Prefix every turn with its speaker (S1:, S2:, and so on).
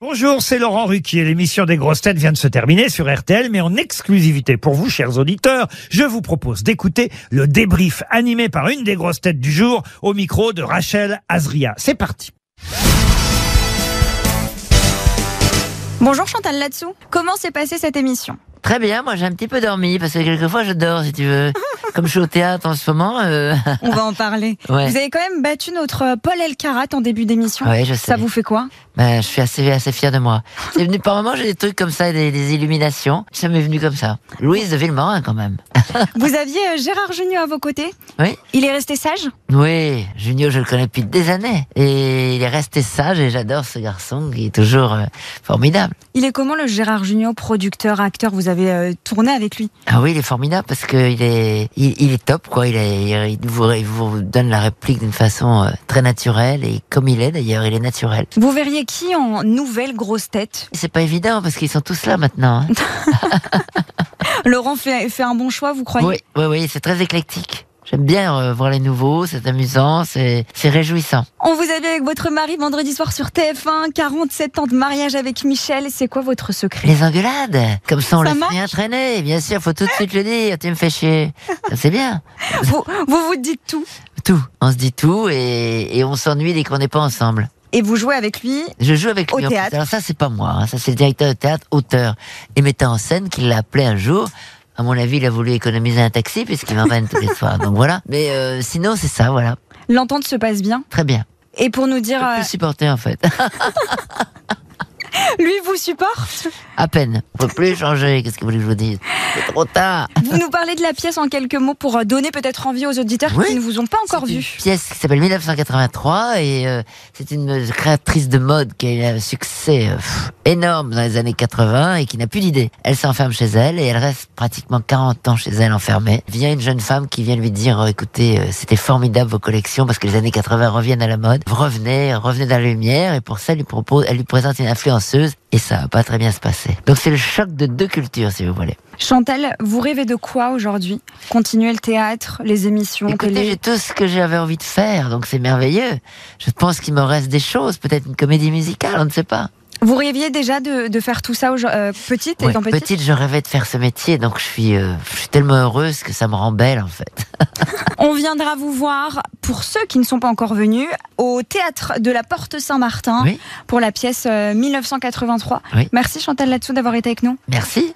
S1: Bonjour, c'est Laurent Ruquier. L'émission des grosses têtes vient de se terminer sur RTL, mais en exclusivité pour vous, chers auditeurs, je vous propose d'écouter le débrief animé par une des grosses têtes du jour au micro de Rachel Azria. C'est parti.
S2: Bonjour Chantal Latsou. Comment s'est passée cette émission
S3: Très bien, moi j'ai un petit peu dormi parce que quelquefois je dors si tu veux. Comme je suis au théâtre en ce moment. Euh...
S2: On va en parler.
S3: Ouais.
S2: Vous avez quand même battu notre Paul Elkarat en début d'émission.
S3: Ouais, je sais.
S2: Ça vous fait quoi
S3: Ben, je suis assez, assez fier de moi. C'est venu par moment, j'ai des trucs comme ça, des, des illuminations. Ça m'est venu comme ça. Louise de Villemorin quand même.
S2: Vous aviez euh, Gérard Junior à vos côtés.
S3: Oui.
S2: Il est resté sage
S3: Oui, Junio, je le connais depuis des années. Et il est resté sage et j'adore ce garçon qui est toujours euh, formidable.
S2: Il est comment le Gérard Junior, producteur, acteur Vous avez euh, tourné avec lui.
S3: Ah oui, il est formidable parce qu'il est, il, il est top, quoi. Il, est, il, vous, il vous donne la réplique d'une façon euh, très naturelle et comme il est d'ailleurs, il est naturel.
S2: Vous verriez qui en nouvelle grosse tête
S3: C'est pas évident parce qu'ils sont tous là maintenant. hein.
S2: Laurent fait, fait un bon choix, vous croyez
S3: Oui, oui, oui, c'est très éclectique. J'aime bien euh, voir les nouveaux, c'est amusant, c'est c'est réjouissant.
S2: On vous a vu avec votre mari vendredi soir sur TF1, 47 ans de mariage avec Michel. C'est quoi votre secret
S3: Les engueulades, comme ça on
S2: Ça
S3: laisse
S2: marche
S3: rien traîner, bien sûr, faut tout de suite le dire, tu me fais chier. C'est bien,
S2: vous, vous vous dites tout
S3: tout, on se dit tout et, et on s'ennuie dès qu'on n'est pas ensemble.
S2: et vous jouez avec lui.
S3: Je joue avec
S2: Au
S3: lui en plus.
S2: théâtre.
S3: Alors ça c'est pas moi, hein. ça c'est le directeur de théâtre, auteur et metteur en scène qui l'a appelé un jour. À mon avis, il a voulu économiser un taxi puisqu'il m'emmène tous les soirs, donc voilà. Mais euh, sinon c'est ça, voilà,
S2: L'entente se passe bien.
S3: très bien.
S2: Et pour nous
S3: Je
S2: dire,
S3: peux plus supporter en fait.
S2: euh, lui vous supporte.
S3: À peine. On peut plus changer. Qu'est-ce que vous voulez que je vous dise C'est trop tard.
S2: Vous nous parlez de la pièce en quelques mots pour euh, donner peut-être envie aux auditeurs
S3: Oui.
S2: qui ne vous ont pas encore
S3: C'est une
S2: vu.
S3: pièce qui s'appelle 1983 et euh, c'est une euh, créatrice de mode qui a eu un succès euh, pff, énorme dans les années 80 et qui n'a plus d'idée. Elle s'enferme chez elle et elle reste pratiquement 40 ans chez elle enfermée. Vient une jeune femme qui vient lui dire euh, écoutez euh, c'était formidable vos collections parce que les années 80 reviennent à la mode. Revenez, revenez dans la lumière et pour ça elle lui propose elle lui présente une influenceuse et ça va pas très bien se passer. Donc c'est le choc de deux cultures si vous voulez.
S2: Chantal, vous rêvez de quoi aujourd'hui Continuer le théâtre, les émissions,
S3: Écoutez,
S2: télé
S3: j'ai tout ce que j'avais envie de faire, donc c'est merveilleux. Je pense qu'il me reste des choses, peut-être une comédie musicale, on ne sait pas.
S2: Vous rêviez déjà de, de faire tout ça aujo- euh, petite,
S3: Ouais,
S2: étant petite
S3: Petite, je rêvais de faire ce métier, donc je suis, euh, je suis tellement heureuse que ça me rend belle en fait.
S2: On viendra vous voir, pour ceux qui ne sont pas encore venus, au théâtre de la Porte Saint-Martin
S3: Oui.
S2: pour la pièce euh, 1983.
S3: Oui.
S2: Merci Chantal Latsou d'avoir été avec nous.
S3: Merci.